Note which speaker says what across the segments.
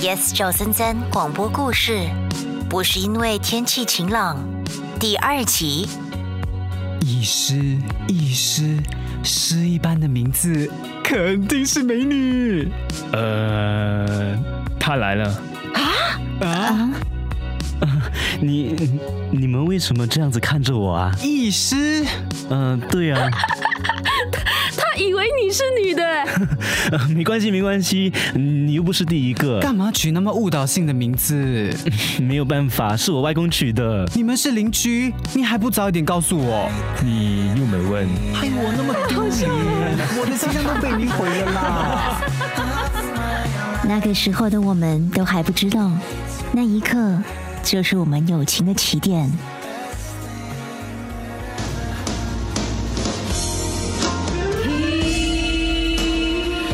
Speaker 1: Yes 赵森森广播故事，不是因为天气晴朗第二集。
Speaker 2: 一诗一诗，诗一般的名字肯定是美女
Speaker 3: 呃，他来了。
Speaker 2: 啊！
Speaker 4: 你你们为什么这样子看着我啊？
Speaker 2: 一诗，
Speaker 4: 嗯、对啊，
Speaker 5: 他以为你是女的，哎
Speaker 4: 呃 没关系没关系，你又不是第一个，
Speaker 2: 干嘛取那么误导性的名字？
Speaker 4: 没有办法，是我外公取 的。
Speaker 2: 你们是邻居，你还不早一点告诉我？
Speaker 3: 你又没问，
Speaker 2: 害我那么丢脸，我的形象都被你毁了 啦！
Speaker 1: 那个时候的我们都还不知道，那一刻就是我们友情的起点。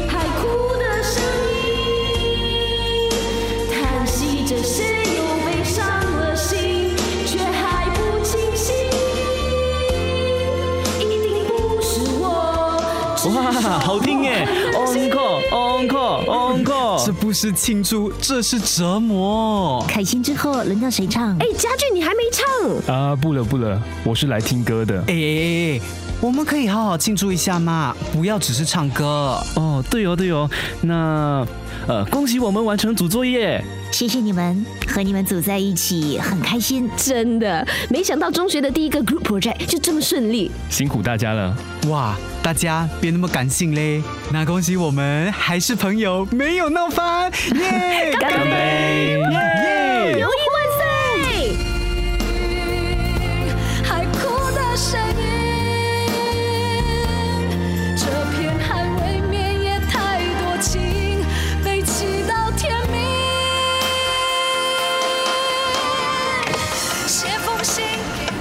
Speaker 5: 海哭的声音，叹息着谁又被伤了心，却还不清醒，一定不是我。
Speaker 4: 哇，好听 耶 o n c o Encore Encore，
Speaker 2: 这不是庆祝，这是折磨。
Speaker 1: 开心之后轮到谁唱？
Speaker 5: 哎，家俊，你还没唱，
Speaker 3: 啊，不了不了，我是来听歌的。
Speaker 2: 哎哎哎，我们可以好好庆祝一下嘛，不要只是唱歌。
Speaker 4: 哦，对哦对哦，那呃，恭喜我们完成组作业。
Speaker 1: 谢谢你们，和你们组在一起很开心。
Speaker 5: 真的没想到中学的第一个 group project 就这么顺利。
Speaker 3: 辛苦大家了。
Speaker 2: 哇，大家别那么感性嘞。那恭喜我们还是朋友，没有闹翻，耶！
Speaker 5: 干杯！
Speaker 2: 耶！
Speaker 5: 友谊万岁！海哭的声音，这片海未免也太多情，被气到天明。写封信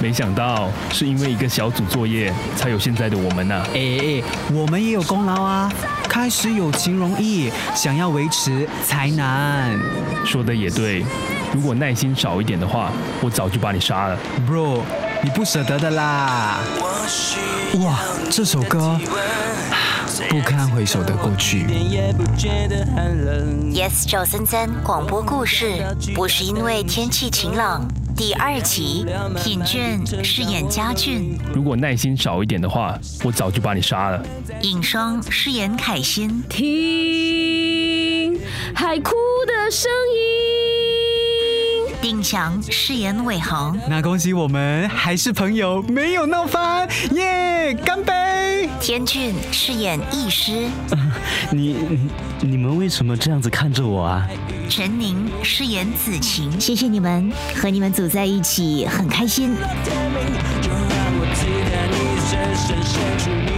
Speaker 5: 给
Speaker 3: 没想到是因为一个小组作业，才有现在的我们啊呐、
Speaker 2: 哎哎，我们也有功劳啊！开始友情容易，想要维持才难。
Speaker 3: 说的也对，如果耐心少一点的话，我早就把你杀了。
Speaker 2: Bro，你不舍得的啦。哇，这首歌不堪回首的过去。
Speaker 1: Yes 赵森森广播故事，不是因为天气晴朗第二集。尹俊饰演家俊，
Speaker 3: 如果耐心少一点的话，我早就把你杀了。
Speaker 1: 尹双饰演凯欣。
Speaker 5: 听海哭的声音，
Speaker 1: 丁翔饰演伟豪，
Speaker 2: 那恭喜我们还是朋友，没有闹翻，耶！干杯！
Speaker 1: 天俊饰演医师，
Speaker 4: 你你你们为什么这样子看着我啊？
Speaker 1: 陈宁饰演子晴。谢谢你们，和你们组在一起很开心。
Speaker 6: 就让我记得你深深深处。